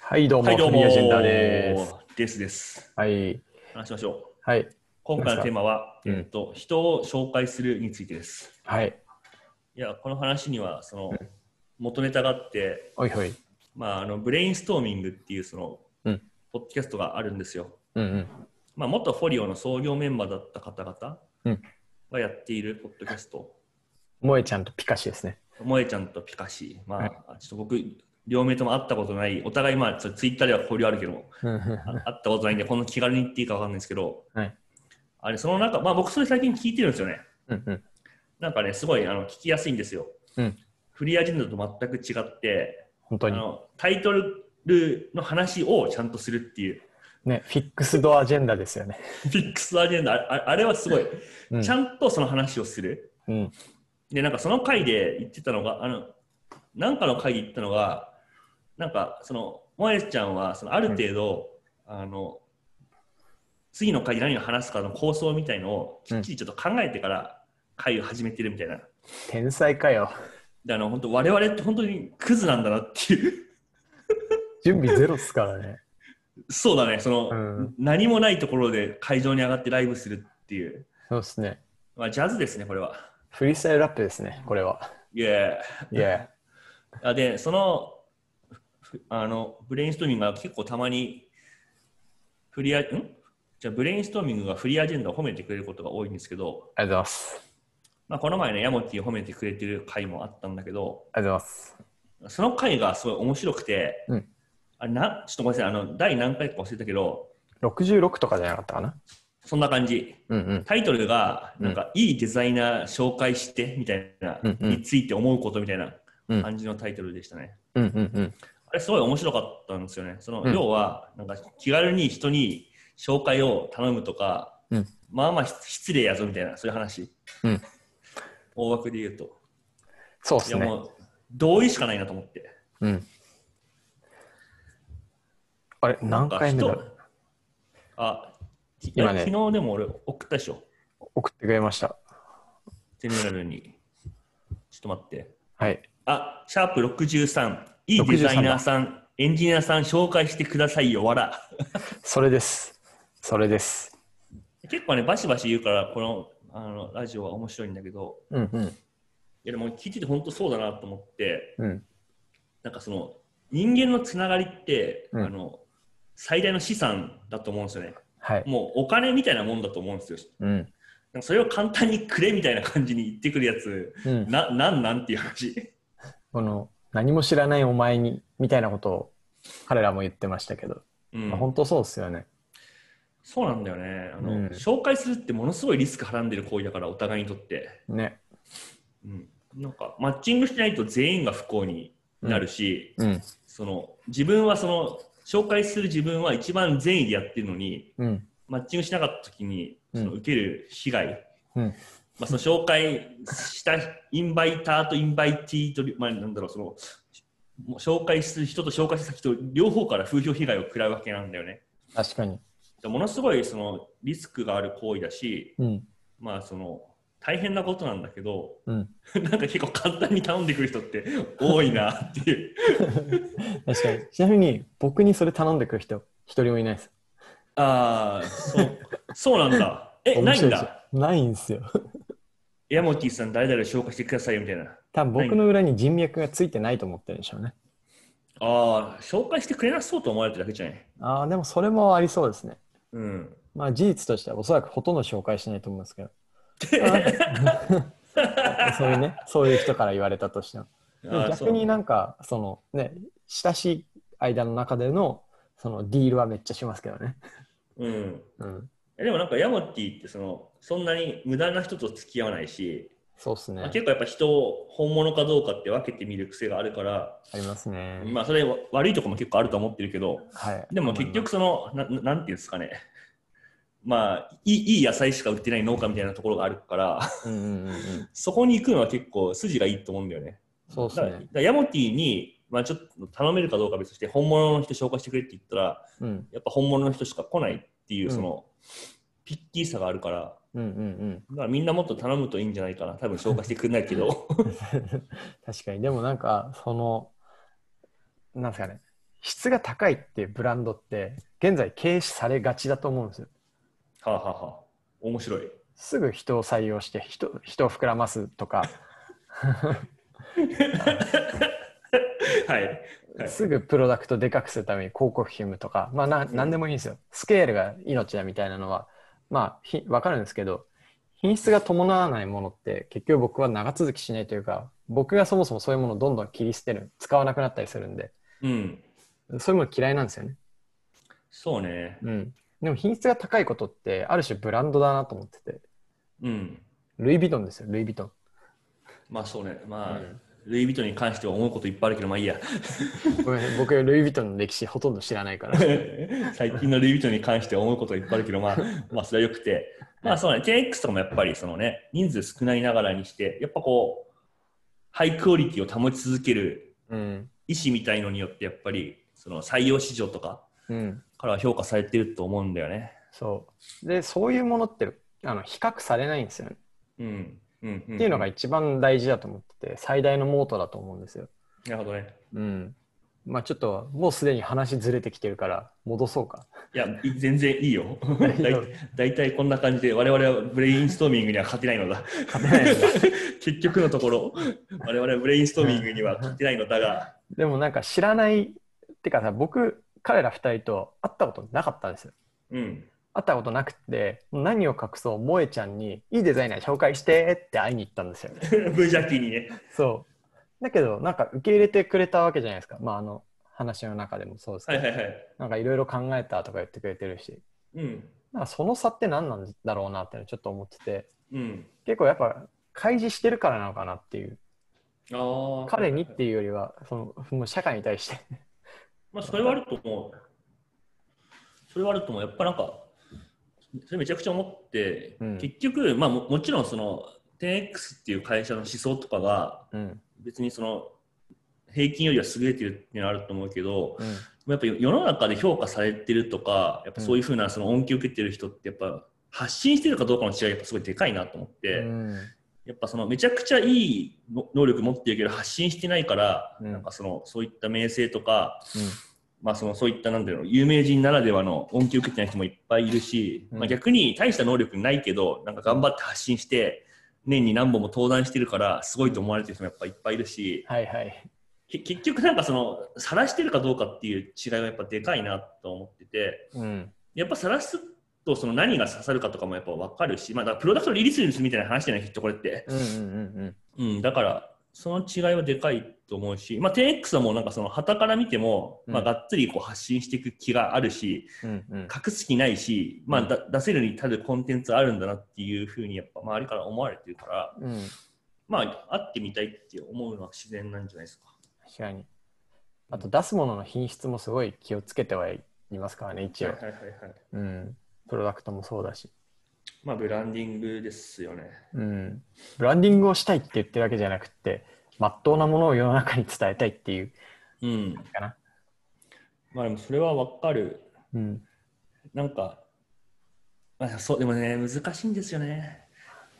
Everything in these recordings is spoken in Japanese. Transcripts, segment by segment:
はい、どうも、はい、どうもフリーアジェンダーです。ですですはい、話しましょう。はい、今回のテーマは、うんえっと、人を紹介するについてです。はい、いや、この話には、その、元ネタがあって、おいおい。まあ、あの、ブレインストーミングっていう、その、うんポッドキャストがあるんですよ。うんうん。まあ、元フォリオの創業メンバーだった方々うんがやっているポッドキャスト、萌えちゃんとピカシですね。萌えちゃんとピカシ、まあ、はいちょっと僕、両名とも会ったことない、お互い、まあ、ちょツイッターでは交流あるけども、うんあ 会ったことないんで、こんな気軽に言っていいかわかんないんですけど、はいあれその中、まあ、僕、それ最近聞いてるんですよね。うんうん。なんかね、すごいあの聞きやすいんですよ。うんフリーアジェンダと全く違って本あ当に。の、タイトルの話をちゃんとするっていう、ね、フィックスドアジェンダですよね。フィックスアジェンダ、あああれはすごい、うんちゃんとその話をする。うん。で、なんかその回で言ってたのが、あのなんかの回で言ったのが、なんか、その、萌えちゃんは、そのある程度、あの、次の回で何を話すかの構想みたいのをきっちりちょっと考えてから回を始めてるみたいな。天才かよ。であの本当我々って本当にクズなんだなっていう 準備ゼロっすからね。そうだねその、うん何もないところで会場に上がってライブするっていう、そうですね。まあ、ジャズですねこれはフリースタイルラップですね、これは。イエいや、ーイあでそのふあのブレインストーミングが結構たまにフリアんじゃあブレインストーミングがフリーアジェンダを褒めてくれることが多いんですけど、ありがとうございます。まあ、この前ねヤモティを褒めてくれてる回もあったんだけどありがとうございます。その回がすごい面白くて、うんあなちょっとごめんなさいあの第何回か忘れたけど66とかじゃなかったかな。そんな感じうんうん。タイトルが、うんなんか、いいデザイナー紹介してみたいな、うんうんについて思うことみたいなうん感じのタイトルでしたね。うんうんうん。あれ、すごい面白かったんですよね。その、うん要は、なんか、気軽に人に紹介を頼むとか、うんまあまあし失礼やぞみたいな、そういう話。うん大枠で言うと。そうでいすや、ね。もう、同意しかないなと思って。うん。あれ、何回目なだんか人あ、き今ね昨日でも俺、送ったでしょ。送ってくれました。ゼミナルに。ちょっと待って。はい。あ、シャープ63。いいデザイナーさん、エンジニアさん紹介してくださいよ、わら。それです。それです。結構ね、バシバシ言うから、このあのラジオは面白いんだけど、うんうん。いやでも聞いてて本当そうだなと思って、うん。なんかその、人間のつながりって、うんあの、最大の資産だと思うんですよね。はい。もうお金みたいなもんだと思うんですよ。うん。なんかそれを簡単にくれみたいな感じに言ってくるやつ、うん、な、なんなんっていう話。この何も知らないお前にみたいなことを彼らも言ってましたけど、うんまあ、本当そうですよね。そうなんだよねあの、うん紹介するってものすごいリスクはらんでる行為だから、お互いにとって。ね。うん、なんかマッチングしてないと全員が不幸になるし、うん。その自分はその紹介する自分は一番善意でやってるのにうん。マッチングしなかった時にうんその受ける被害、うん。まあ、その紹介したインバイターとインバイティーと、まあ、なんだろうそのもう紹介する人と紹介する先と両方から風評被害を食らうわけなんだよね。確かに。でものすごいそのリスクがある行為だし、うん。まあ、その大変なことなんだけど、 うん。 なんか結構簡単に頼んでくる人って多いなっていう。確かに。ちなみに僕にそれ頼んでくる人、一人もいないです。ああ、そう、そうなんだ。え、面ない白いんですだ。よ。ないんですよ。ヤモティさん誰々紹介してくださいよみたいな。多分僕の裏に人脈がついてないと思ってるんでしょうね。ああ、紹介してくれなそうと思われてるだけじゃない。ああ、でもそれもありそうですね。うん。まあ事実としてはおそらくほとんど紹介しないと思うん ですけど。そういうね、そういう人から言われたとしても。でもあー逆になんかそのね親しい間の中でのそのディールはめっちゃしますけどね。そううん。うん、えでもなんかヤモティってその、そんなに無駄な人と付き合わないし、そうっすねまあ。結構やっぱ人を本物かどうかって分けて見る癖があるから、ありますね。まあそれわ悪いとこも結構あると思ってるけど、はい。でも結局そのなななんていうんですかねまあいいいい野菜しか売ってない農家みたいなところがあるから うんうんうんうん。そこに行くのは結構筋がいいと思うんだよね。そうっだすからだねか。らヤモティに、まあ、ちょっと頼めるかどうかは別として本物の人紹介してくれって言ったらうんやっぱ本物の人しか来ないっていううんその、ピッキーさがあるからうんうん だからみんなもっと頼むといいんじゃないかな多分紹介してくれないけ どうん。確かに。でもなんかそのなんですかね質が高いっていうブランドって、現在軽視されがちだと思うんですよ。はあ、はあはあ、面白い。すぐ人を採用して人人を膨らますと か、はい。はいすぐプロダクトでかくするために広告費務とか、まあな、んなんでもいいんですよ。スケールが命だみたいなのは、まあ、ひわかるんですけど、品質が伴わないものって、結局僕は長続きしないというか、僕がそもそもそういうものをどんどん切り捨てる、使わなくなったりするんで、うん。そういうもの嫌いなんですよね。そうね。うん。でも品質が高いことって、ある種ブランドだなと思ってて、うん。ルイ・ヴィトンですよ、ルイ・ヴィトン。まあそうね。まあ、うんルイ・ヴィトンに関しては思うこといっぱいあるけど、まあいいや。ごめんなさい僕、ルイ・ヴィトンの歴史ほとんど知らないから。最近のルイ・ヴィトンに関して思うこといっぱいあるけど、まあ、まあそれはよくて。まあそうね。10X とかもやっぱりそのね、人数少ないながらにして、やっぱこう、ハイクオリティを保ち続けるうん。意思みたいのによって、やっぱり、その採用市場とかうん。からは評価されてると思うんだよね。そう。で、そういうものって、あの、比較されないんですよね。うん。うん。うんっていうのが一番大事だと思ってて、最大のモートだと思うんですよ。なるほどね。うん。まあちょっと、もうすでに話ずれてきてるから、戻そう か。 いや、い全然いいよ。だいたいこんな感じで、我々はブレインストーミングには勝てないのだ。勝てないんだ 結局のところ、我々はブレインストーミングには勝てないのだが、でもなんか知らない、ってかさ、僕、彼ら二人と会ったことなかったんですよ。うん。 会ったことなくて、何を隠そう、萌えちゃんに、いいデザイナー紹介してって会いに行ったんです よ。無邪気にね。そう。だけど、なんか受け入れてくれたわけじゃないですか。まああの、話の中でもそうですけはいど、はいはい。なんかいろいろ考えたとか言ってくれてるし、うん。なんかその差って何なんだろうなってのちょっと思っててうん。結構やっぱ開示してるからなのかなっていうああ。彼にっていうよりはそのもう社会に対してまあ、それはあると思う。それはあると思う。やっぱなんか、それめちゃくちゃ思って、うん結局、まあも、もちろんその、10X っていう会社の思想とかが、うん別にその、平均よりは優れてるっていうのはあると思うけど、うんやっぱ世の中で評価されてるとかやっぱそういうふうなその恩恵を受けてる人ってやっぱ発信してるかどうかの違いがやっぱすごいでかいなと思って、うんやっぱそのめちゃくちゃいいの能力持ってるけど発信してないから、うんなんかそのそういった名声とか、まあ、そのそういったなんていうの有名人ならではの恩恵を受けてない人もいっぱいいるし、うんまあ、逆に大した能力ないけどなんか頑張って発信して年に何本も登壇してるからすごいと思われてる人もやっぱいっぱいいるし。はいはいけ結局なんかその晒してるかどうかっていう違いはやっぱでかいなと思っててうんやっぱ晒すとその何が刺さるかとかもやっぱ分かるし、まあ、だからプロダクトリリースするみたいな話じゃないきっとこれって、うんうんうんうん、だからその違いはでかいと思うし、まあ、10X はもうなんかその旗から見ても、うんまあ、がっつりこう発信していく気があるしうんうん隠す気ないし、まあ、だ出せるに足るコンテンツあるんだなっていうふうにやっぱ周りから思われてるから、うんうんまあ、会ってみたいって思うのは自然なんじゃないですか。確かにあと出すものの品質もすごい気をつけてはいますからね一応、はいはいはいはいうん、プロダクトもそうだし、まあ、ブランディングですよね。うん、ブランディングをしたいって言ってるわけじゃなくてまっとうなものを世の中に伝えたいっていううん。かな、まあ、でもそれはわかる。うん、なんか、まあ、そう、でもね、難しいんですよね。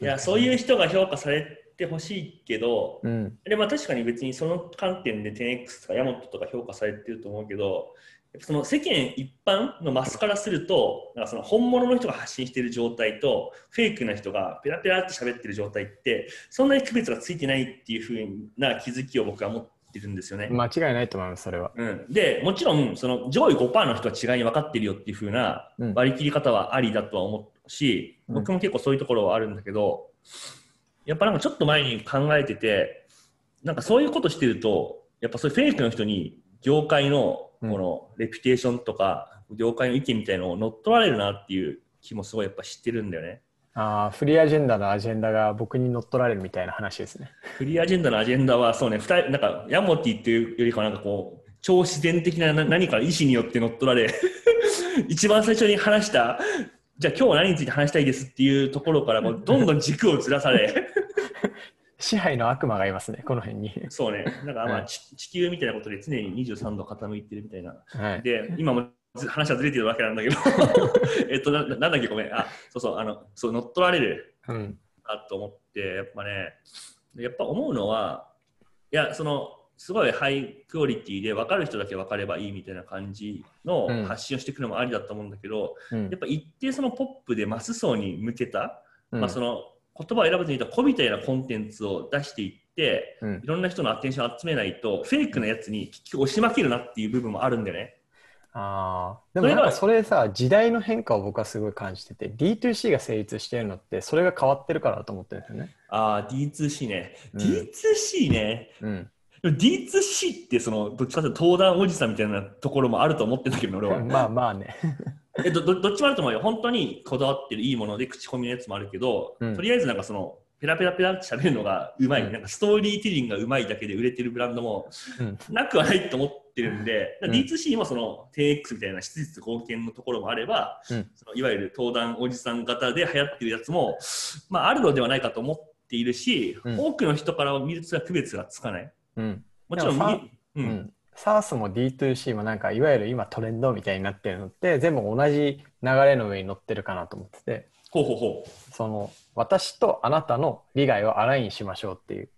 いや、そういう人が評価されてほしいけど、うんでまあ、確かに別にその観点で 10X とかヤモトとか評価されてると思うけど、やっぱその世間一般のマスからすると、なんかその本物の人が発信している状態と、フェイクな人がペラペラって喋ってる状態って、そんなに区別がついてないっていうふうな気づきを僕は持ってるんですよね。間違いないと思います、それは。うん、でもちろんその上位5%の人は違いに分かってるよっていう風なうん割り切り方はありだとは思うし、うん僕も結構そういうところはあるんだけどやっぱなんかちょっと前に考えててなんかそういうことしてるとやっぱそういうフェイクの人に業界のこのレピュテーションとか業界の意見みたいのを乗っ取られるなっていう気もすごいやっぱ知ってるんだよね。ああ、フリーアジェンダのアジェンダが僕に乗っ取られるみたいな話ですね。フリーアジェンダのアジェンダは、そうね、二人、なんか、ヤモティっていうよりかは、なんかこう、超自然的なな何か意思によって乗っ取られ、 一番最初に話した、じゃあ今日は何について話したいですっていうところから、こうどんどん軸をずらさ れ、。支配の悪魔がいますね、この辺にそうね、なんかまうあ、んち地球みたいなことで常に23度傾いてるみたいな。はい。で、今もず話はずれてるわけなんだけ ど、えっとな、ななんだっけ、ごめん。あ、そうそう、あの、そう、乗っ取られる。うん。なと思ってやっぱねやっぱ思うのはいやそのすごいハイクオリティで分かる人だけ分かればいいみたいな感じのうん発信をしていくのもありだと思うんだけど、うんやっぱ一定そのポップでマス層に向けた、うんまあ、その言葉を選ぶというと小みたいなコンテンツを出していってうんいろんな人のアテンションを集めないとフェイクなやつに結局押し負けるなっていう部分もあるんだよね。ああ、でもなんかそれさ、時代の変化を僕はすごい感じてて、D2C が成立してるのって、それが変わってるからだと思ってるんですよね。ああ D2C ね、うん D2C ねうん。でも D2C ってそのどっちかというと登壇おじさんみたいなところもあると思ってんだけどね俺はまあまあね。えどどどっちもあると思うよ本当にこだわってるいいもので口コミのやつもあるけど、うんとりあえずなんかそのペラペラペラって喋るのがうまい、うんなんかストーリーテリングがうまいだけで売れてるブランドもうんなくはないと思ってるんで、うん D2C もその TX みたいな質実貢献のところもあれば、うんそのいわゆる登壇おじさん型で流行ってるやつも、まあ、あるのではないかと思っているし、うん多くの人から見ると区別がつかないうん。もちろんでもファ右ううんん。SARS も D2C もなんか、いわゆる今トレンドみたいになってるのって、全部同じ流れの上に乗ってるかなと思ってて、ほうほうほうその、私とあなたの利害をアラインしましょうっていう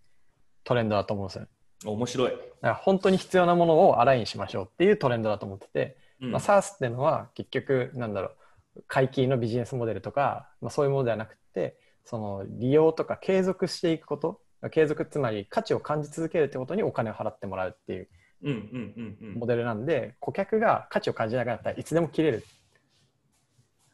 トレンドだと思うんですよね。面白い、だから本当に必要なものをアラインしましょうっていうトレンドだと思ってて、うんまあ、SARS っていうのは結局なんだろう回帰のビジネスモデルとか、まあ、そういうものではなくてその利用とか継続していくこと継続つまり価値を感じ続けるってことにお金を払ってもらうっていううんうんうんうんモデルなんで、顧客が価値を感じなくなったらいつでも切れる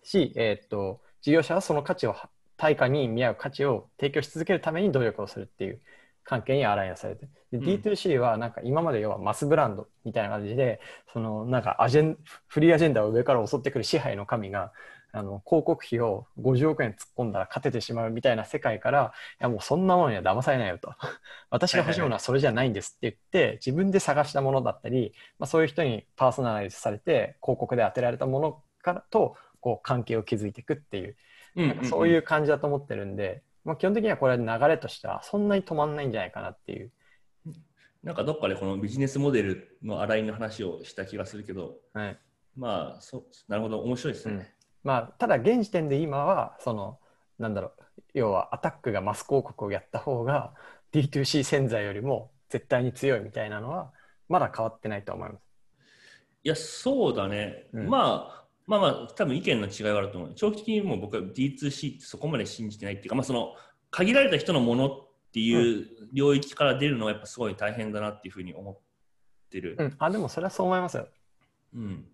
し、えーっと事業者はその価値をは対価に見合う価値を提供し続けるために努力をするっていう関係にアライアンスされてで、うん D2C はなんか今まで要はマスブランドみたいな感じでそのなんかアジェンフリーアジェンダを上から襲ってくる支配の神があの広告費を50億円突っ込んだら勝ててしまうみたいな世界からいやもうそんなものには騙されないよと 私が欲しいものはそれじゃないんですって言って自分で探したものだったり、まあ、そういう人にパーソナライズされて広告で当てられたものからとこう関係を築いていくっていううんなんかそういうう感じだと思ってるんで、まあ、基本的にはこれは流れとしてはそんなに止まんないんじゃないかなっていう。なんかどっかでこのビジネスモデルの洗いの話をした気がするけど、はいまあ、そうなるほど、面白いですね。まあ、ただ現時点で今はそのなんだろう要はアタックがマス広告をやった方が D2C 潜在よりも絶対に強いみたいなのはまだ変わってないと思います。いや、そうだね、うんまあ、まあまあ、多分意見の違いはあると思う。長期的にもう僕は D2C ってそこまで信じてないっていうか、まあ、その限られた人のものっていう領域から出るのはやっぱすごい大変だなっていうふうに思ってる。うん、あでもそれはそう思いますよ。うん。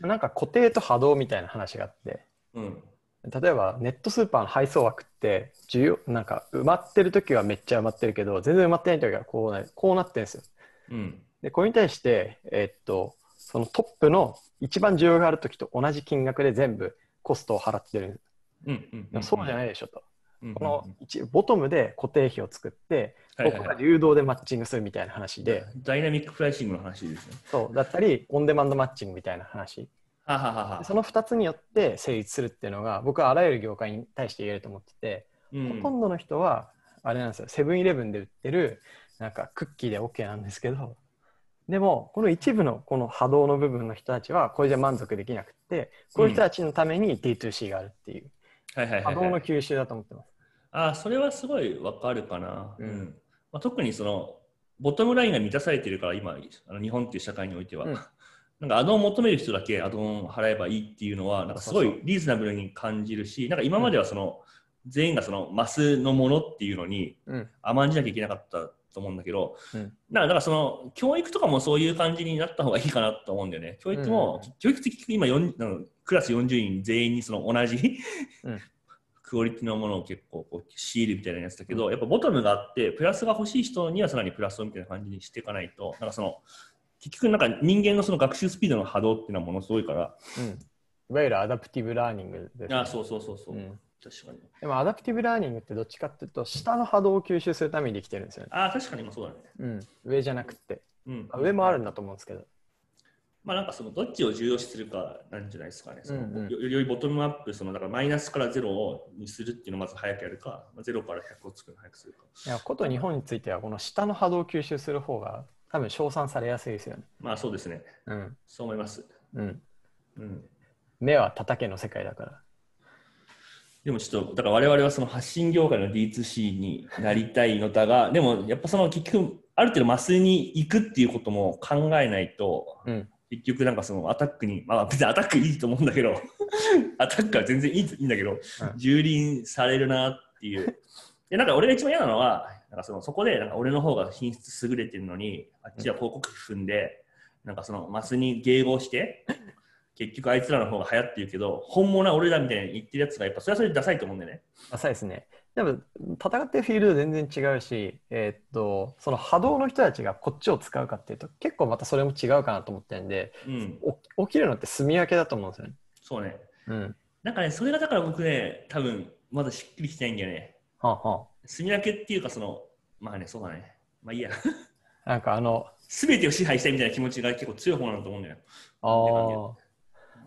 なんか固定と波動みたいな話があってうん。例えばネットスーパーの配送枠って需要なんか埋まってる時はめっちゃ埋まってるけど全然埋まってない時はこうなこうなってるんですよ。うん。でこれに対して、えっとそのトップの一番需要がある時と同じ金額で全部コストを払ってるうん。うん。。いやそうじゃないいでしょと。うん、この一ボトムで固定費を作って、はいこはいこはがい流動でマッチングするみたいな話で、ダイナミックプライシングの話ですね。そうだったり、オンデマンドマッチングみたいな話、ははははその2つによって成立するっていうのが、僕はあらゆる業界に対して言えると思ってて、うんほとんどの人は、あれなんですよ、セブンイレブンで売ってる、なんかクッキーで OK なんですけど、でも、この一部のこの波動の部分の人たちは、これじゃ満足できなくって、こういう人たちのために D2C があるっていう、はいはい波はい動はいの吸収だと思ってます。あーそれはすごいわかるかな、うんまあ、特にそのボトムラインが満たされてるから今あの日本っていう社会においては、うん なんかアドオンを求める人だけアドオンを払えばいいっていうのはなんかすごそういリーズナブルに感じるしなんか今まではその、全員がそのマスのものっていうのにうん甘んじなきゃいけなかったと思うんだけど、うんなんかだからその教育とかもそういう感じになった方がいいかなと思うんだよね教育も、うん教育的に今40あのクラス40人全員にその同じ、うんクオリティのものを結構こう仕入れみたいなやつだけど、やっぱボトムがあってプラスが欲しい人にはさらにプラスをみたいな感じにしていかないとなんかその結局なんか人間のその学習スピードの波動っていうのはものすごいから、うんいわゆるアダプティブラーニングですね、ああそうそうそうそう、うん確かにでもアダプティブラーニングってどっちかっていうと下の波動を吸収するためにできてるんですよね、ああ確かに今そうだね、上じゃなくてうんあ上もあるんだと思うんですけどまあなんかそのどっちを重要視するかなんじゃないですかね。そのうんうんよよりボトムアップ、そのだからマイナスからゼロをにするっていうのをまず早くやるか、まあゼロから100を作るのを早くするか。いやこと日本についてはこの下の波動を吸収する方が多分称賛されやすいですよねまあそうですね。うんそう思います。うんうん、目は叩けの世界だからでもちょっと、だから我々はその発信業界の D2C になりたいのだが、でもやっぱその結局、ある程度マスに行くっていうことも考えないと、うん結局なんかそのアタックに、まあ別にアタックいいと思うんだけど、 アタックは全然いいいいんだけど、蹂躙されるなっていう。で、なんか俺が一番嫌なのは、なんかそのそこでなんか俺の方が品質優れてるのに、あっちは広告費踏んで、なんかそのマスに迎合して、結局あいつらの方が流行ってるけど、本物は俺らみたいに言ってるやつがやっぱそれはそれでダサいと思うんだよね。浅いですね。でも戦ってるフィールド全然違うし、えーっとその波動の人たちがこっちを使うかっていうと結構またそれも違うかなと思ってるんでうん、お起きるのって住み分けだと思うんですよね。そうね。うん、なんかね、それがだから僕ね、多分まだしっくりきてないんだよね。はあは住み分けっていうか、その、まあね、そうだね。まあいいや。 あ、なんかあのすべてを支配したいみたいな気持ちが結構強い方なんだと思うんだよ。ああ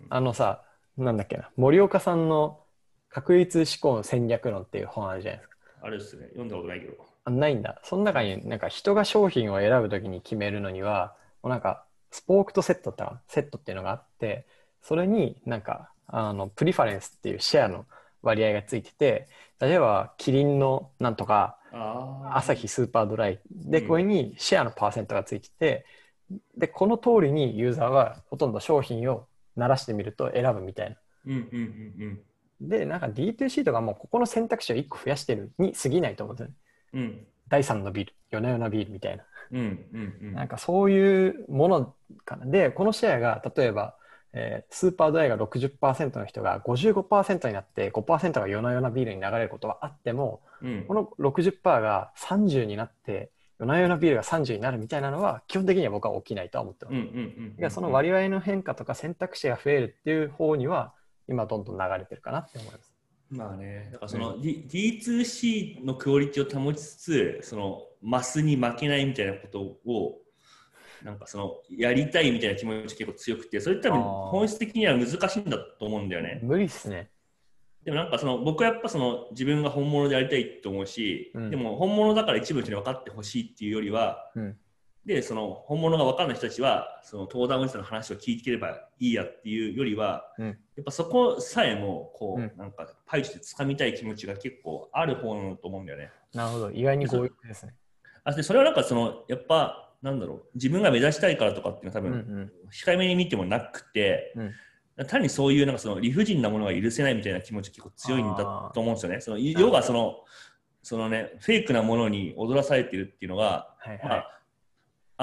あのさなんだっけな森岡さんの「確率思考戦略論」っていう本あるじゃないですか。あれですね、読んだことないけど。あないんだ。その中になんか人が商品を選ぶときに決めるのにはもうなんかスポークとセットだったかなセットっていうのがあってそれになんかあのプリファレンスっていうシェアの割合がついてて例えばキリンのなんとかああ。朝日スーパードライでうんこれにシェアのパーセントがついてて、でこの通りにユーザーはほとんど商品を鳴らしてみると選ぶみたいなうんうんうんでなんか D2C とかもうここの選択肢を1個増やしてるに過ぎないと思うんですよねうん。うん第3のビール夜な夜なビールみたいなうんうんうん。なんかそういうものかなでこのシェアが例えば、えースーパードライが60%の人が55%になって5%が夜な夜なビールに流れることはあってもうんこの60%が30になって、夜な夜なビールが30になるみたいなのは、基本的には僕は起きないとは思ってまうす。んうんだうかんらその割合の変化とか選択肢が増えるっていう方には、今どんどん流れてるかなって思います。まあね、だからその、D- D2C のクオリティを保ちつつ、そのマスに負けないみたいなことを、なんかそのやりたいみたいな気持ちが結構強くて、それって多分あー本質的には難しいんだと思うんだよね。無理っすね。でもなんかその僕はやっぱその自分が本物でありたいと思うし、うんでも本物だから一部の人に分かってほしいっていうよりは、うんでその本物が分からない人たちはその登壇の人の話を聞いていければいいやっていうよりは、うんやっぱそこさえもこう、うんなんかパイチで掴みたい気持ちが結構ある方なのと思うんだよね。なるほど。意外に強欲ですね。あでそれはなんかそのやっぱなんだろう自分が目指したいからとかっていうのは多うんう分、ん。控えめに見てもなくて、単にそういうなんかその理不尽なものが許せないみたいな気持ち結構強いんだと思うんですよね。その要はそのそのねフェイクなものに踊らされてるっていうのが、はいまはい。あ、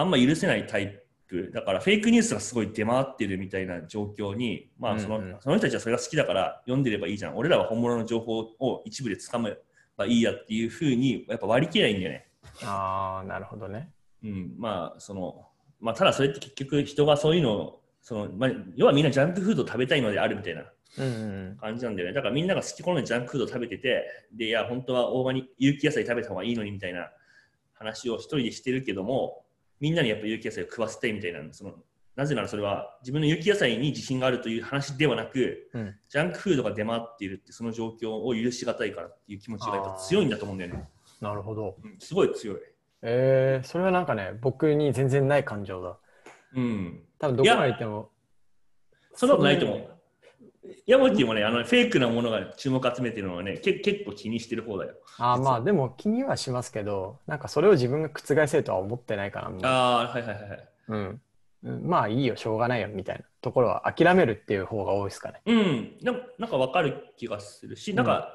あんま許せないタイプだからフェイクニュースがすごい出回ってるみたいな状況に、まあそのうんうんその人たちはそれが好きだから読んでればいいじゃん俺らは本物の情報を一部で掴めばいいやっていうふうにやっぱ割り切れないいんだよね。ああ、なるほどね。うん、まあその、まあ、ただそれって結局人がそういうのをその、まあ、要はみんなジャンクフードを食べたいのであるみたいなうんうん感じなんだよねだからみんなが好き好んでジャンクフードを食べててでいや本当は大葉に有機野菜食べた方がいいのにみたいな話を一人でしてるけどもみんなにやっぱ有機野菜を食わせたいみたいなそのなぜならそれは自分の有機野菜に自信があるという話ではなくうん。うん、ジャンクフードが出回っているってその状況を許しがたいからっていう気持ちがやっぱ強いんだと思うんだよね、なるほど。うん、すごい強い、えー、それはなんかね、僕に全然ない感情だ。うん、多分どこまで行っても。そんなことないと思う。ヤモティもね、あのフェイクなものが注目集めてるのはね、け結構気にしてる方だよ。あー実はまあでも気にはしますけどなんかそれを自分が覆せるとは思ってないかなもうああ、はいはいはいはい。うんうん、まあいいよしょうがないよみたいなところは諦めるっていう方が多いですかねうん、なんかなんか分かる気がするし、なんか、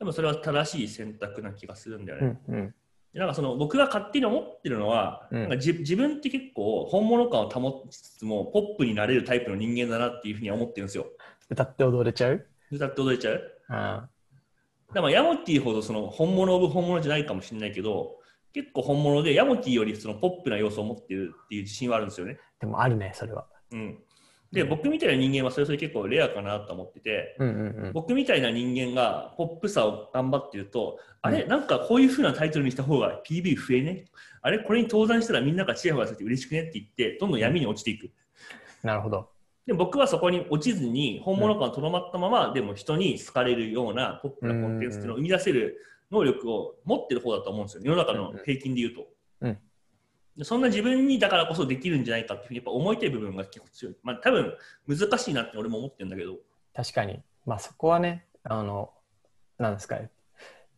多分それは正しい選択な気がするんだよね。うんうんでなんかその僕が勝手に思ってるのは、うんなんかじ自分って結構本物感を保ちつつも、ポップになれるタイプの人間だなっていうふうには思ってるんですよ。歌って踊れちゃう歌って踊れちゃうあだからヤモティほどその本物オブ本物じゃないかもしれないけど、結構本物でヤモティよりそのポップな要素を持ってるっていう自信はあるんですよね。でもあるねそれはうん、で、うん僕みたいな人間はそれそれ結構レアかなと思ってて、うんうん僕みたいな人間がポップさを頑張ってると、あれ、うなんかこういう風なタイトルにした方が PV 増えねあれ、これに登壇したらみんながチヤホヤされて嬉しくねって言って、どんどん闇に落ちていく。なるほどで僕はそこに落ちずに本物感とどまったまま、でも人に好かれるようなポップなコンテンツっていうのを生み出せる能力を持ってる方だと思うんですよ、世の中の平均で言うと。うんでそんな自分にだからこそできるんじゃないかっていうふうにやっぱ思いたい部分が結構強い。まあ多分難しいなって俺も思ってるんだ けど。 確かにまあそこはねあのなんですかね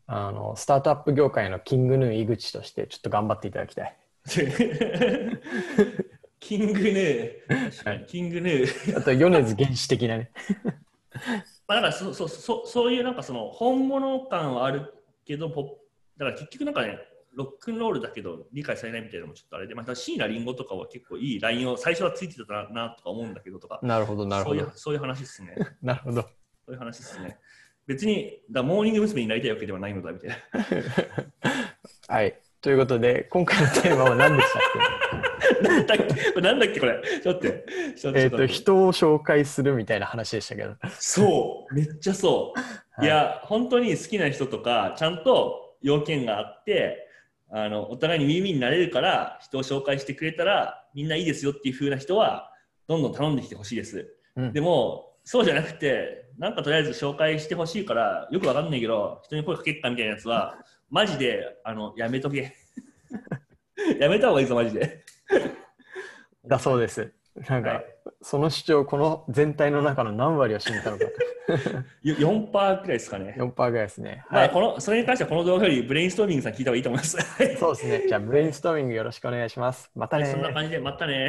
あのスタートアップ業界のキングヌー井口としてちょっと頑張っていただきたいキングヌー、はいキングヌー、あと、米津原始的なね。まあ、だからそそそそういうなんかその本物感はあるけどポップだから結局なんかねロックンロールだけど理解されないみたいなのもちょっとあれで、まあ、椎名林檎とかは結構いいラインを最初はついてたなとか思うんだけどとか なるほど、なるそうほいどう。そういう話ですねなるほど。そういう話ですね別にだモーニング娘。になりたいわけではないのだみたいなはい。ということで、今回のテーマは何でしたっ なんだっけこれなんだっけこれちょっと待ってちょっけえっちと、ょっ待って人を紹介するみたいな話でしたけど。そう めっちゃそう、はいい、や本当に好きな人とかちゃんと要件があってあのお互いに耳になれるから人を紹介してくれたらみんないいですよっていう風な人はどんどん頼んできてほしいですうんでもそうじゃなくてなんかとりあえず紹介してほしいからよくわかんないけど人に声かけっかみたいなやつはマジであのやめとけ やめた方がいいぞマジでだそうです。なんか、はいその主張、この全体の中の何割を占めたのか。よ4%くらいですかね、 4%ぐらいですね。まはあ、い。このそれに関してはこの動画よりブレインストーミング さん聞いた方がいいと思いますそうですね。じゃあ、ブレインストーミングよろしくお願いします。またねそんな感じでまたね